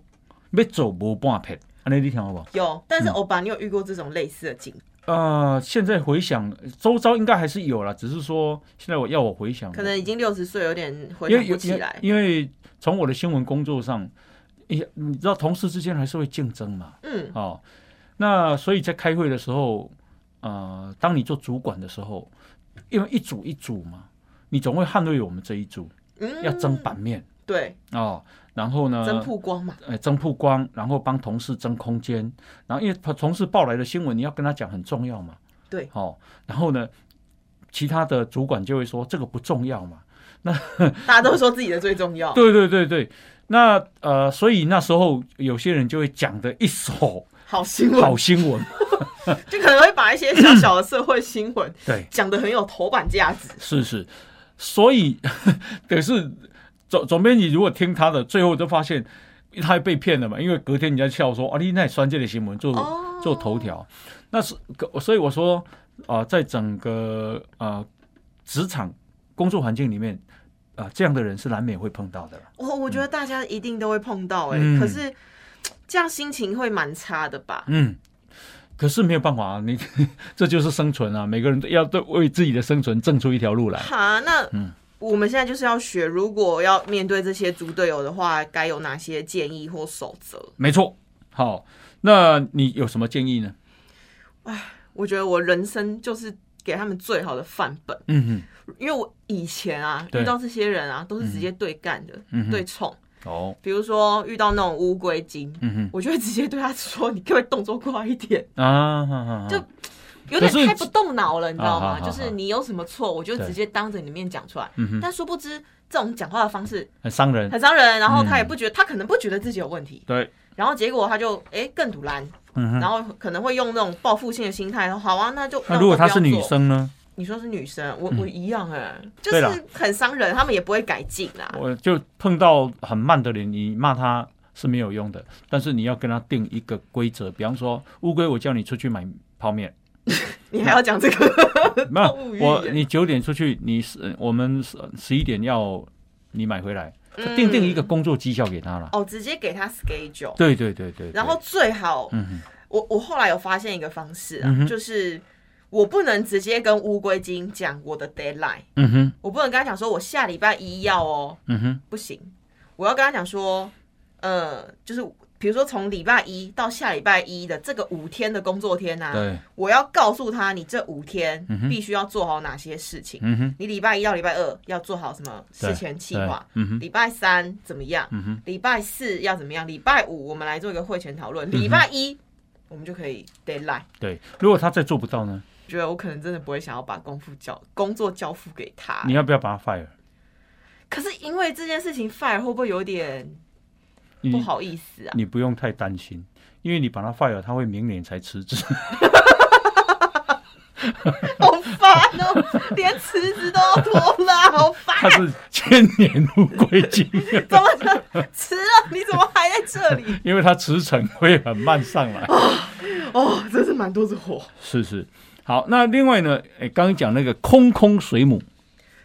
A: 要做无半撇，安尼你听好不好？
B: 有，但是
A: 嗯
B: 欧巴，你有遇过这种类似的经历？
A: 呃，现在回想，周遭应该还是有了，只是说现在我要我回想，
B: 可能已经六十岁，有点回
A: 因为
B: 想
A: 嗯有
B: 不起来。
A: 因为从我的新闻工作上，也你知道同事之间还是会竞争嘛，
B: 嗯，
A: 哦，那所以在开会的时候，呃，当你做主管的时候，因为一组一组嘛，你总会捍卫我们这一组，
B: 嗯
A: 要争版面
B: 对，
A: 哦，然后呢，
B: 争曝光嘛，
A: 呃，争曝光，然后帮同事争空间，然后因为同事报来的新闻，你要跟他讲很重要嘛，
B: 对，
A: 哦，然后呢，其他的主管就会说这个不重要嘛，
B: 大家都说自己的最重要。
A: 对对对对。那呃，所以那时候有些人就会讲的一手
B: 好新闻，
A: 好新闻，
B: 就可能会把一些小小的社会新闻
A: 对，
B: 讲的很有头版价值。
A: 是是，所以可是总总编辑如果听他的，最后就发现他被骗了嘛，因为隔天人家笑说啊，你那酸这类新闻做
B: 哦
A: 做头条，那是可所以我说啊、在整个啊职场工作环境里面啊、这样的人是难免会碰到的啦。
B: 我我觉得大家一定都会碰到哎、
A: 嗯
B: 可是这样心情会蛮差的吧？
A: 嗯，可是没有办法啊，你 这就是生存啊，每个人都要都为自己的生存挣出一条路来。
B: 哈，那
A: 嗯
B: 我们现在就是要学，如果要面对这些猪队友的话，该有哪些建议或守则？
A: 没错，好，那你有什么建议呢？
B: 我觉得我人生就是给他们最好的范本，
A: 嗯
B: 因为我以前啊
A: 对
B: 遇到这些人啊，都是直接对干的，
A: 嗯哼
B: 对冲。
A: 哼，哦，
B: 比如说遇到那种乌龟精，
A: 嗯
B: 我就会直接对他说：“你可不可以动作快一点
A: 哼，啊，哈哈哈
B: 就？”有点
A: 可是
B: 太不动脑了，你知道
A: 啊
B: 吗？
A: 好好
B: 就是你有什么错，我就
A: 对
B: 直接当着你的面讲出来。
A: 嗯哼
B: 但殊不知，这种讲话的方式
A: 很伤人，
B: 很伤人，然后他也
A: 嗯
B: 不觉得，他可能不觉得自己有问题，
A: 对，
B: 然后结果他就哎、更堵拦，
A: 嗯哼。
B: 然后可能会用那种报复性的心态，好啊，那就
A: 那如果她是，
B: 我
A: 女
B: 不要做
A: 生呢？
B: 你说是女生，我、
A: 嗯
B: 我一样哎、就
A: 对啦
B: 是很伤人，他们也不会改进啊啦。
A: 我就碰到很慢的人，你骂她是没有用的，但是你要跟她定一个规则，比方说乌龟，我叫你出去买泡 面，
B: 你还要讲这个？
A: 没有
B: 动物，园
A: 我你九点出去，你十我们十十一点要你买回来，
B: 嗯
A: 定定一个工作绩效给他了。
B: 哦，直接给他 schedule，
A: 对对对对。对
B: 然后最好，
A: 嗯
B: 我我后来有发现一个方式啊，
A: 嗯哼
B: 就是我不能直接跟乌龟精讲我的 deadline，
A: 哼嗯哼
B: 我不能跟他讲说我下礼拜一要哦，
A: 嗯哼
B: 不行，我要跟他讲说，呃，就是比如说从礼拜一到下礼拜一的这个五天的工作天呐、啊，
A: 对
B: 我要告诉他你这五天
A: 嗯哼
B: 必须要做好哪些事情。
A: 嗯哼
B: 你礼拜一到礼拜二要做好什么
A: 对
B: 事前计划，
A: 对嗯哼
B: 礼拜三怎么样？
A: 嗯哼
B: 礼拜四要怎么样？礼拜五我们来做一个会前讨
A: 嗯
B: 论。礼拜一我们就可以 deadline。
A: 对。如果他再做不到呢？
B: 我觉得我可能真的不会想要把功夫交工作交付给他。
A: 你要不要把他 fire？
B: 可是因为这件事情 fire 会不会有点
A: 你
B: 不好意思啊？
A: 你不用太担心，因为你把他 fire，他会明年才辞职。
B: 好烦哦，连辞职都要 拖拉，好烦！啊
A: 他是千年乌龟精，
B: 怎么就辞了？你怎么还在这 里？
A: 因为他辞呈会很慢上来。
B: 哦，真是满肚子火，
A: 是是。好，那另外呢？哎，刚刚讲那个空空水母，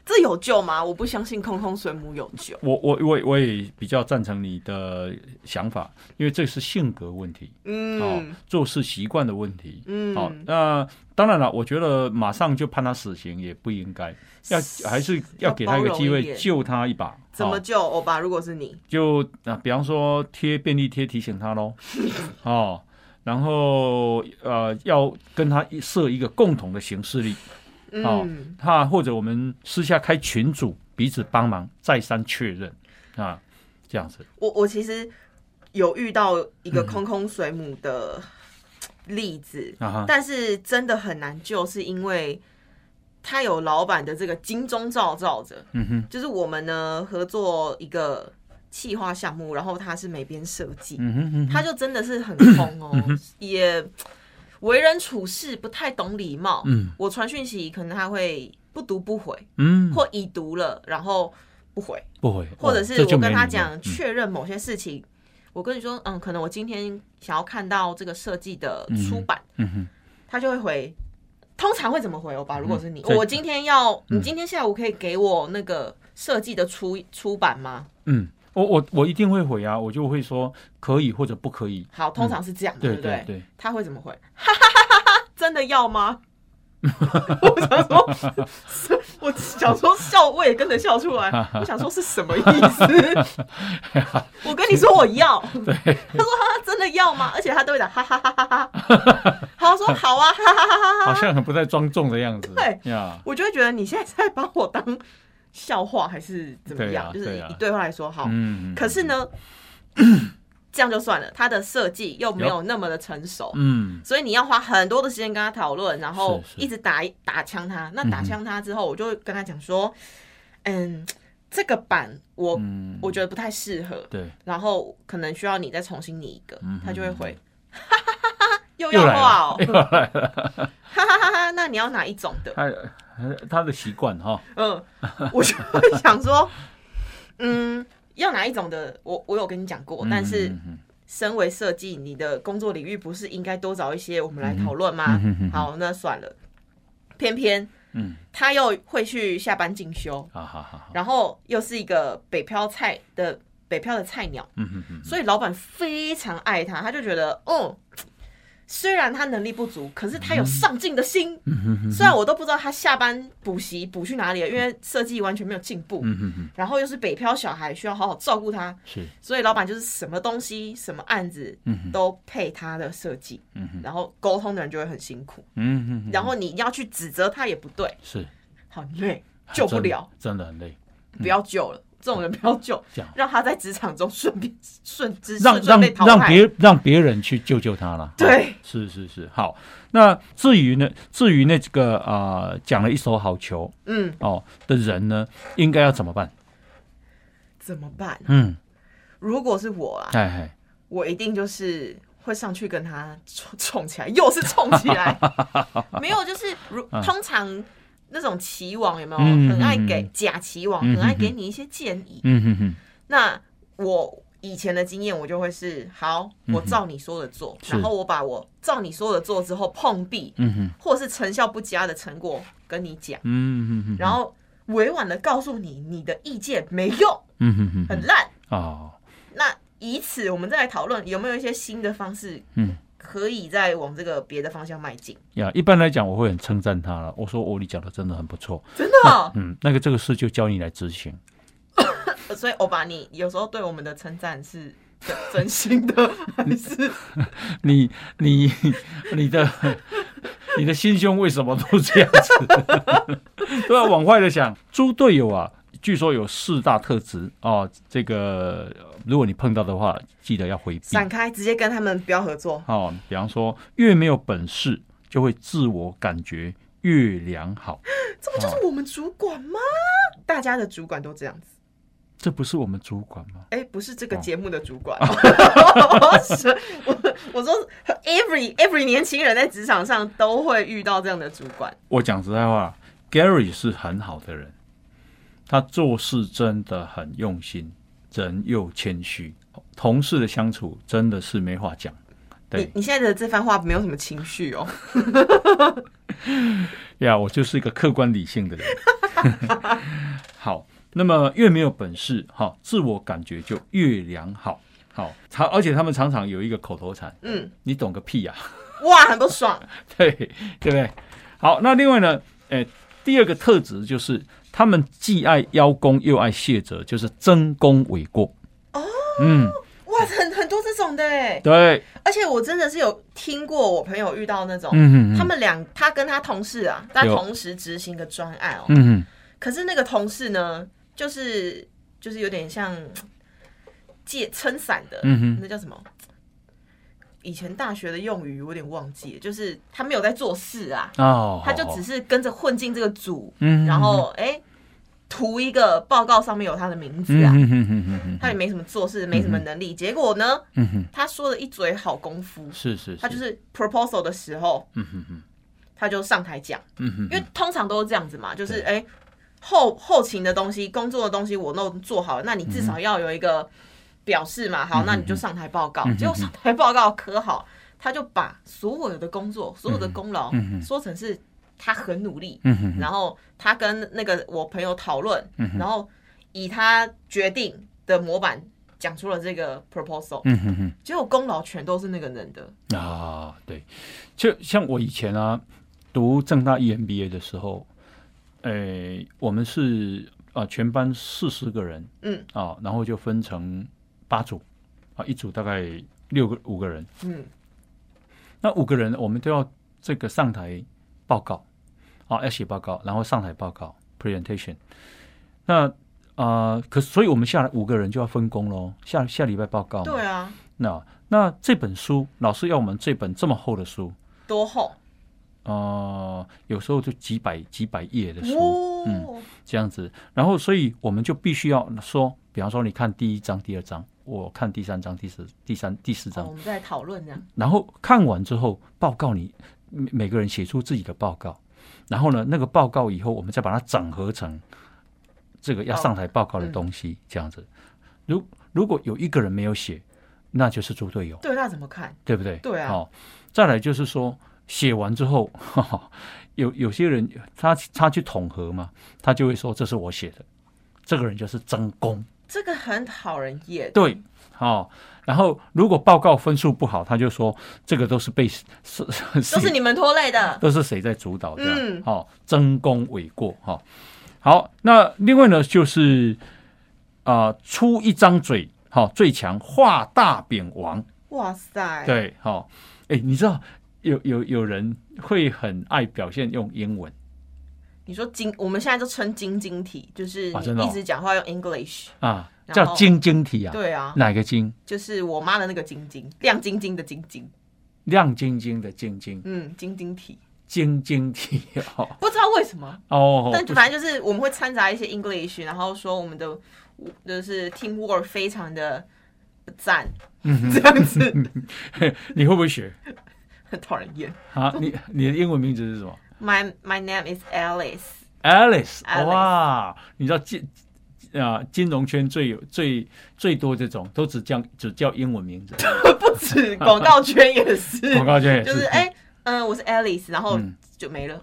B: 这有救吗？我不相信空空水母有救。
A: 我我我我也比较赞成你的想法，因为这是性格问题。哦
B: 嗯，
A: 做事习惯的问题。
B: 嗯
A: 好、那当然了，我觉得马上就判他死刑也不应该，要还是要给他一个机
B: 要包容一
A: 会
B: 点
A: 救他一把。
B: 怎
A: 好
B: 么救欧巴？如果是你，
A: 就啊，比方说贴便利贴提醒他 喽，哦，然后呃，要跟他一设一个共同的行事历，哦
B: 嗯，
A: 他或者我们私下开群组，彼此帮忙，再三确认啊，这样子。
B: 我我其实有遇到一
A: 嗯
B: 个空空水母的例子，
A: 啊哈，
B: 但是真的很难救，是因为他有老板的这个金钟罩罩着。
A: 嗯哼，
B: 就是我们呢合作一个企划项目，然后他是美编设计，
A: 嗯哼嗯哼，嗯
B: 他就真的是很疯哦，也为人处事不太懂礼貌。
A: 嗯
B: 我传讯息可能他会不读不回，
A: 嗯，
B: 或已读了然后不回，
A: 不会，
B: 或者
A: 哦
B: 是
A: 这就
B: 我跟
A: 没
B: 他
A: 礼貌
B: 讲
A: 嗯
B: 确认某些事情。我跟你说，嗯，可能我今天想要看到这个设计的出版，
A: 嗯哼，
B: 他就会回。通常会怎么回哦我吧？如果是你，
A: 嗯
B: 我今天要，你今天下午可以给我那个设计的出出版吗？
A: 嗯，我我我一定会回啊，我就会说可以或者不可以。
B: 好，通常是这样，对
A: 对
B: 不对？
A: 对，
B: 他会怎么回？ 哈哈哈哈哈！真的要吗？ 我想说， 是我想说笑，我也跟着笑出来。我想说是什么意思？ 我跟你说我要。对，他说他真的要吗？而且他都会讲哈哈哈哈哈。他说好啊，哈哈哈哈哈。
A: 好像很不太庄重的样子。
B: 对
A: 呀，
B: 我就会觉得你现在是在把我当笑话还是怎么
A: 对
B: 样？
A: 啊
B: 就是
A: 对
B: 以
A: 啊
B: 以对话来说好，
A: 嗯，
B: 可是呢， 这样就算了，他的设计又没有那么的成熟，
A: 嗯，
B: 所以你要花很多的时间跟他讨论，然后
A: 是是
B: 一直打打枪他。那打枪他之后，我就会跟他讲说，嗯，这个版我、
A: 嗯
B: 我觉得不太适合，
A: 对，
B: 然后可能需要你再重新拟一个，
A: 嗯
B: 他就会回。哈哈哈哈， 又
A: 又
B: 要
A: 来
B: 画哦
A: 了，， 又来了，
B: 哈哈哈哈！那你要哪一种的？
A: 他他的习惯哈，
B: 嗯，我就会想说，嗯，要哪一种的，我我有跟你讲
A: 嗯
B: 过，但是身为设计，你的工作领域不是应该多找一些我们来讨论吗？
A: 嗯嗯嗯嗯
B: 好，那算了，偏偏
A: 嗯，
B: 他又会去下班进修，
A: 好好好好，
B: 然后又是一个北漂菜的北漂的菜鸟，
A: 嗯嗯嗯，
B: 所以老板非常爱他，他就觉得哦。虽然他能力不足，可是他有上进的心。
A: 嗯
B: 虽然我都不知道他下班补习补去哪里了，因为设计完全没有进步。
A: 嗯嗯嗯，
B: 然后又是北漂小孩，需要好好照顾他，
A: 是，
B: 所以老板就是什么东西、什么案子
A: 嗯哼
B: 都配他的设计，
A: 嗯哼
B: 然后沟通的人就会很辛苦，
A: 嗯嗯嗯，
B: 然后你要去指责他也不对，
A: 是
B: 好累，救不了，，
A: 啊真的真的很累，
B: 不要救了，这种人不要救
A: 这样，
B: 让他在职场中顺便顺之
A: 让
B: 顺
A: 让
B: 顺被淘
A: 让
B: 汰。
A: 别让别人哦去救救他了。
B: 对，
A: 是是是，好。那至于呢，至于那这个啊、呃讲了一手好球
B: 嗯，
A: 哦的人呢，应该要怎么办？
B: 怎么办？
A: 嗯，
B: 如果是我啊，
A: 哎哎，
B: 我一定就是会上去跟他冲冲起来，又是冲起 来，没有，就是如
A: 嗯
B: 通常那种棋王有没有
A: 嗯
B: 很爱
A: 嗯
B: 给
A: 嗯
B: 假棋王，
A: 嗯
B: 很爱
A: 嗯
B: 给你一些建议。
A: 嗯哼哼，
B: 那我以前的经验，我就会是好，我
A: 嗯哼
B: 照你说的做，
A: 是
B: 然后我把我照你说的做之后碰壁，
A: 嗯哼，
B: 或是成效不佳的成果跟你讲，
A: 嗯哼哼，
B: 然后委婉的告诉你你的意见没用，
A: 嗯哼哼，
B: 很烂。
A: 哦，
B: 那以此我们再来讨论有没有一些新的方式
A: 嗯，
B: 可以再往这个别的方向迈进。
A: 呀，一般来讲我会很称赞他了，我说哦，你讲的真的很不错，
B: 真的哦、
A: 嗯，那个这个事就交你来执行，
B: 所以欧巴，你有时候对我们的称赞是真真心的，还是
A: 你你 你的你的心胸为什么都这样 子？都要啊往坏的想。猪队友啊，据说有四大特质哦。这个呃如果你碰到的话，记得要回避
B: 闪开，直接跟他们不要合作？
A: 哦。比方说，越没有本事，就会自我感觉越良好。
B: 这不
A: 嗯
B: 就是我们主管吗？大家的主管都这样子。
A: 这不是我们主管吗？
B: 哎、不是这个
A: 哦
B: 节目的主管， 我是我我说 every every 年轻人在职场上都会遇到这样的主管，
A: 我讲实在话，Gary 是很好的人，他做事真的很用心，人又谦虚，同事的相处真的是没话讲。对
B: 你你现在的这番话没有什么情绪哦，
A: 呀我就是一个客观理性的 人。好，那么越没有本事，哈，自我感觉就越良好。好，他而且他们常常有一个口头禅，
B: 嗯，
A: 你懂个屁啊呀、
B: 哇，很不 爽，
A: 对对不对？好，那另外呢，诶、第二个特质就是他们既爱邀功又爱谢责，就是争功诿过。哦，嗯，
B: 哇，很很多这种的哎，
A: 对，
B: 而且我真的是有听过我朋友遇到那种，
A: 嗯嗯嗯
B: 他们两他跟他同事啊，在
A: 有
B: 同时执行一个专案哦、
A: 嗯哼，
B: 可是那个同事呢，就是就是有点像借撑伞的，
A: 嗯哼
B: 那叫什么？以前大学的用语我有点忘记了，就是他没有在做事啊，
A: 哦，
B: 他就只
A: 是，
B: 是跟着混进这个组，
A: 嗯
B: 然后哎、图一个报告上面有他的名字
A: 嗯
B: 啊，
A: 哼哼哼哼哼，
B: 他也没什么做事，没什么能力，结果呢，
A: 嗯哼，
B: 他说了一嘴好功夫，
A: 是是是，
B: 他就，是 proposal 的时候，
A: 嗯哼哼，
B: 他就上台讲，
A: 嗯哼
B: 因为通常都是这样子嘛，就是
A: 对
B: 哎、后后勤的东西、工作的东西我都做好了，那你至少要有一个表示嘛。
A: 嗯
B: 好，那你就上台报告。结果上台报告可好，他就把所有的工作、所有的功劳
A: 嗯哼
B: 说成是他很努力，
A: 嗯哼哼，嗯
B: 然后他跟那个我朋友讨论，然后以他决定的模板讲出了这个 proposal，
A: 嗯哼哼。
B: 结果功劳全都是那个人的。
A: 啊，对，就像我以前啊，读正大 E EMBA 的时候，诶、我们是啊、全班四十个人，
B: 嗯，
A: 啊，然后就分成八组，啊，一组大概六个五个人，
B: 嗯，
A: 那五个人我们都要这个上台报告，啊，要写报告，然后上台报告 presentation，那啊、呃可所以我们下来五个人就要分工喽，下下礼拜报告嘛，
B: 对啊，
A: 那那这本书，老师要我们这本这么厚的书，
B: 多厚？
A: 呃，有时候就几百几百页的书
B: 哦，
A: 嗯这样子，然后所以我们就必须要说，比方说你看第一章、第二章，我看第三章、第四、第三、第四
B: 好，
A: 章
B: 我，们再来讨论这样。
A: 然后看完之后报告你每每个人写出自己的报告，然后呢，那个报告以后我们再把它整合成这个要上台报告的东西，这样子。如如果有一个人没有写，那就是猪队友，
B: 对，那怎么看？
A: 对不对？
B: 对啊
A: 好、再来就是说，写完之后， 哈哈，有有些人他他去统合嘛，他就会说这是我写的，这个人就是真功。
B: 这个很讨人厌。
A: 对，好、然后如果报告分数不好，他就说这个都是被是是
B: 都是你们拖累的。
A: 都是谁在主导这样？
B: 嗯
A: 好、争功诿过哈、好，那另外呢，就是啊、出一张嘴，好、最强画大饼王，
B: 哇塞，
A: 对，好、哎，你知道有有有人会很爱表现用英文，
B: 你说晶，我们现在就称晶晶体，就是
A: 啊
B: 你
A: 真的哦
B: 一直讲话用 English。
A: 啊，
B: 然后
A: 叫晶晶体啊，
B: 对啊，
A: 哪个晶？
B: 就是我妈的那个晶晶，亮晶晶的晶晶，
A: 亮晶晶的晶晶，
B: 嗯，晶晶体，
A: 晶晶体哦
B: 不知道为什么，
A: 哦，
B: 但
A: 不是
B: 反正就是我们会掺杂一些 English，然后说我们的就是 teamwork 非常的赞，
A: 嗯
B: 这样子
A: 你会不会学
B: 很讨人厌。
A: 啊？你你的英文名字是什么
B: My my name is Alice，
A: ？Alice，
B: Alice
A: 哇，你知道金啊金融圈最有最最多这种，都只叫只叫英文名字，
B: 不止广告圈也是，
A: 广告圈也
B: 就是
A: 是。
B: 哎，嗯、我是 Alice，然后
A: 嗯
B: 就没了。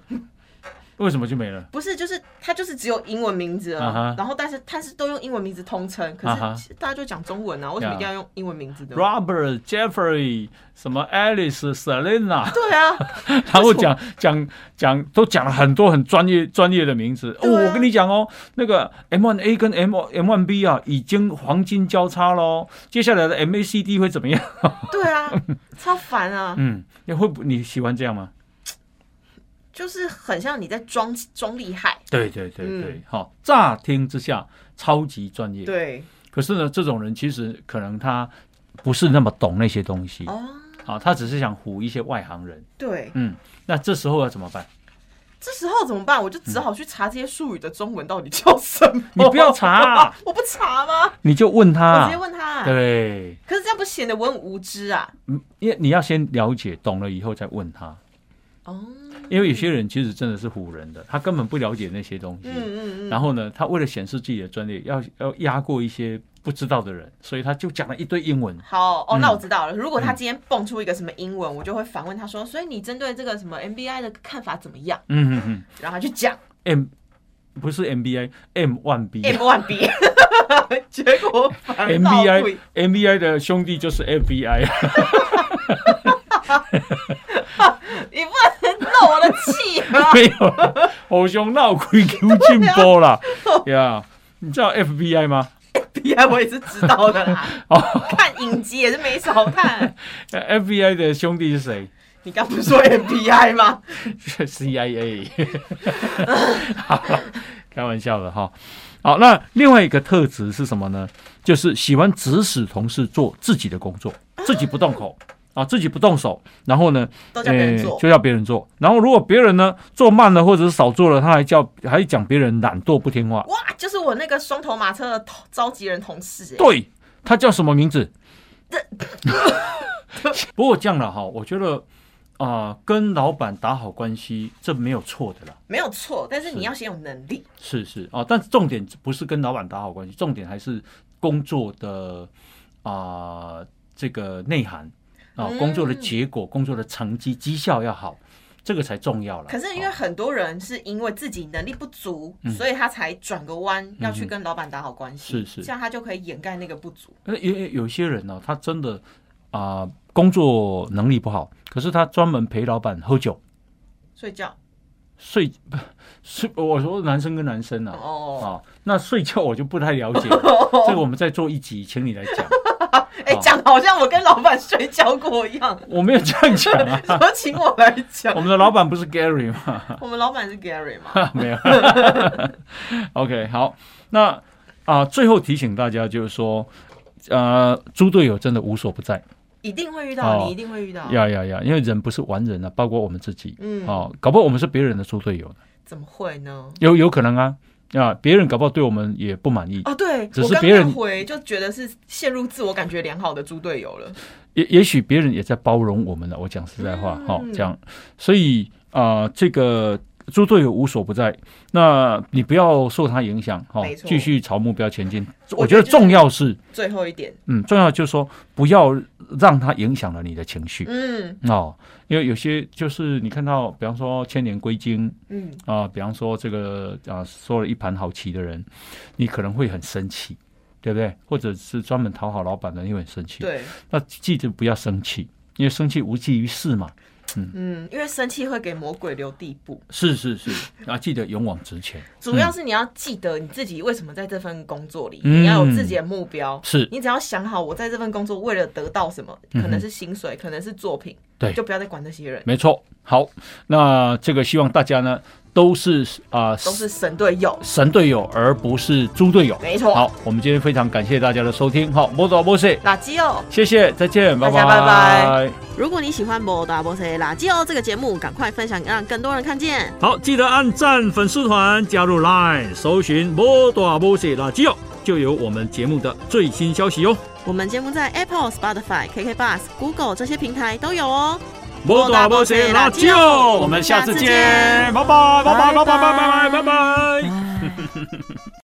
A: 为什么就没了？
B: 不是，就是他就是只有英文名字
A: 啊哈
B: 了，然后但是他是都用英文名字通称，可
A: 啊哈
B: 是大家就讲中文啊，为什么一定要用英文名字呢？
A: Robert、Jeffrey、什么 Alice、Selena，
B: 对啊，
A: 然后讲讲讲，都讲了很多很专业专业的名字。哦，
B: 对啊
A: 我跟你讲哦，那个 M1A 跟 M M1B 啊，已经黄金交叉喽。接下来的 MACD 会怎么样？
B: 对啊，超烦啊，
A: 嗯， 你会不你喜欢这样吗？
B: 就是很像你在装装厉害。
A: 对对对对
B: 嗯，
A: 好、乍听之下超级专业，
B: 对，
A: 可是呢，这种人其实可能他不是那么懂那些东西，
B: 哦，
A: 啊，他只是想唬一些外行人，
B: 对，
A: 嗯，那这时候要怎么办？
B: 这时候怎么办？我就只好去查这些术语的中文到底叫什么。
A: 你不要查
B: 我不查吗？
A: 你就问
B: 我
A: 他
B: 直接，问他啊。
A: 对，
B: 可是这样不显得我很无知啊？
A: 嗯因为你要先了解懂了以后再问他，
B: 哦，
A: 因为有些人其实真的是唬人的，他根本不了解那些东西，
B: 嗯嗯嗯，
A: 然后呢，他为了显示自己的专业，要要压过一些不知道的人，所以他就讲了一堆英文，
B: 好哦，
A: 嗯
B: 那我知道了。如果他今天蹦出一个什么英文，我就会反问他说：“所以你针对这个什么 MBI 的看法怎么样
A: 嗯嗯嗯？”
B: 然后他去讲
A: ，M 不是 MBA，M one B。
B: M one B，结果反倒
A: MBI
B: 会
A: MBI 的兄弟就是 FBI，
B: 你不能漏我的气 啊！
A: 没有，好凶闹鬼 Q 进波 啦
B: 哦
A: 呀！你知道 FBI 吗
B: FBI 我也是知道的啦，
A: 哦
B: 看影集也是没少看。
A: 呃？FBI 的兄弟是谁
B: 你刚不是说 FBI 吗？
A: 是？CIA。好啦开玩笑的哈。好，那另外一个特质是什么呢？就是喜欢指使同事做自己的工作，自己不动口啊，自己不动手，然后呢，
B: 都叫别人
A: 诶
B: 做，
A: 就要别人做。然后如果别人呢做慢了或者是少做了，他还叫还讲别人懒惰不听话。
B: 哇，就是我那个双头马车的同召集人同事、欸，
A: 对，他叫什么名字？ 不过这样了哈，我觉得啊、跟老板打好关系这没有错的啦。
B: 没有错，但是
A: 是
B: 你要先有能力。
A: 是是啊、但是重点不是跟老板打好关系，重点还是工作的啊、这个内涵啊、
B: 嗯
A: 工作的结果、工作的成绩、绩效要好，这个才重要了。
B: 可是因为
A: 啊
B: 很多人是因为自己能力不足，
A: 嗯
B: 所以他才转个弯要去跟老板打好关系，
A: 是是
B: 这样他就可以掩盖那个不足。
A: 呃有有有些人呢、哦他真的啊、工作能力不好，可是他专门陪老板喝酒。
B: 睡觉
A: 睡 不睡，我说男生跟男生啊，
B: 哦，
A: 啊，那睡觉我就不太了 解，这个我们再做一集，请你来讲。
B: 哎、
A: 哦，
B: 讲的好像我跟老板睡觉过一样
A: 我没有这样讲啊，
B: 怎么请我来讲
A: 我？们的老板不是 Gary 吗？
B: 我们老板是 Gary 嘛？
A: 没有。OK，好，那啊、最后提醒大家就是说，呃，猪队友真的无所不在，
B: 一定会遇到，
A: 哦
B: 你一定会遇到，
A: 呀呀呀，因为人不是完人啊，包括我们自己，
B: 嗯
A: 哦，搞不好我们是别人的猪队友，
B: 怎么会呢？
A: 有有可能啊，啊，别人搞不好对我们也不满意，
B: 哦，对，
A: 只
B: 我
A: 是
B: 刚
A: 别人
B: 刚回就觉得是陷入自我感觉良好的猪队友了。
A: 也也许啊哦别人也在包容我们了。我讲实在话，哈、
B: 嗯
A: 这样，所以啊、呃这个猪队友无所不在，那你不要受他影响哈
B: 没，错
A: 继续朝目标前进。
B: 我
A: 我觉
B: 觉得
A: 得
B: 就是
A: 重要是，
B: 最后一点，
A: 嗯，重要就是说不要让他影响了你的情绪
B: 嗯
A: 哦，因为有些就是你看到，比方说千年归经
B: 嗯，
A: 啊、比方说这个啊、说了一盘好棋的人，你可能会很生气，对不对？或者是专门讨好老板的，你会很生气。
B: 对，
A: 那记得不要生气，因为生气无济于事嘛。
B: 嗯，因为生气会给魔鬼留地步，
A: 是是是，啊，记得勇往直前。
B: 主要是你要记得你自己为什么在这份工作里，
A: 嗯
B: 你要有自己的目标。
A: 是，
B: 你只要想好，我在这份工作为了得到什么，可能是薪水，可能是作品，
A: 对
B: 就不要再管这些人，
A: 没错。好，那这个希望大家呢都是啊、
B: 都是神队友。
A: 神队友，而不是猪队友。
B: 没错
A: 好，我们今天非常感谢大家的收听。好，摸到摸西，
B: 垃圾哦，
A: 谢谢，再见，
B: 大家拜拜。
D: 如果你喜欢《波大波塞垃圾哦》这个节目，赶快分享，让更多人看见。
A: 好，记得按赞粉丝团，加入 Line，搜寻摸大摸西垃圾哦，就有我们节目的最新消息哟。
D: 我们节目在 Apple、Spotify、KK Bus、Google 这些平台都有哦。
A: 摸大摸西垃圾哦，我们下次见，拜拜，拜拜，拜拜，拜拜，拜拜。
D: 拜